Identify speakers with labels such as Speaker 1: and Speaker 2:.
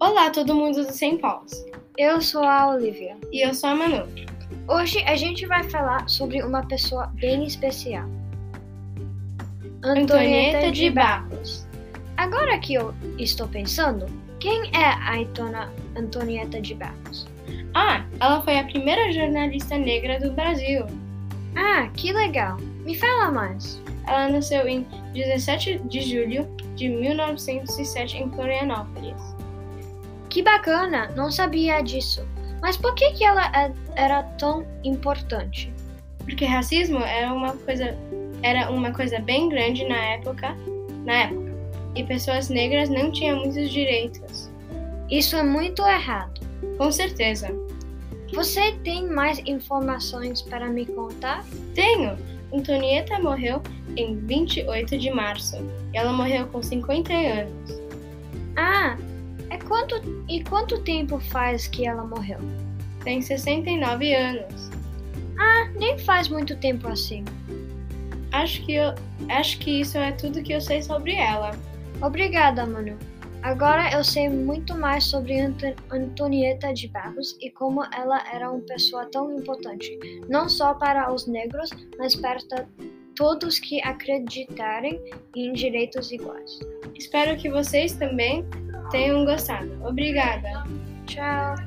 Speaker 1: Olá, todo mundo do Sem Paus.
Speaker 2: Eu sou a Olivia.
Speaker 1: E eu sou a Manu.
Speaker 2: Hoje a gente vai falar sobre uma pessoa bem especial.
Speaker 1: Antonieta de Barros.
Speaker 2: Agora que eu estou pensando, quem é a Dona Antonieta de Barros?
Speaker 1: Ah, ela foi a primeira jornalista negra do Brasil.
Speaker 2: Ah, que legal! Me fala mais.
Speaker 1: Ela nasceu em 17 de julho de 1907 em Florianópolis.
Speaker 2: Que bacana, não sabia disso. Mas por que, que ela é- era tão importante?
Speaker 1: Porque racismo era uma coisa era uma coisa bem grande na época, na época. E pessoas negras não tinham muitos direitos.
Speaker 2: Isso é muito errado.
Speaker 1: Com certeza.
Speaker 2: Você tem mais informações para me contar?
Speaker 1: Tenho. Antonieta morreu em 28 de março. E ela morreu com 50 anos.
Speaker 2: Ah, é quanto e quanto tempo faz que ela morreu?
Speaker 1: Tem 69 anos.
Speaker 2: Ah, nem faz muito tempo assim.
Speaker 1: Acho que eu, acho que isso é tudo que eu sei sobre ela.
Speaker 2: Obrigada, Manu. Agora eu sei muito mais sobre Anto- Antonieta de Barros e como ela era uma pessoa tão importante, não só para os negros, mas para to- todos que acreditarem em direitos iguais.
Speaker 1: Espero que vocês também tenham gostado. Obrigada.
Speaker 2: Tchau!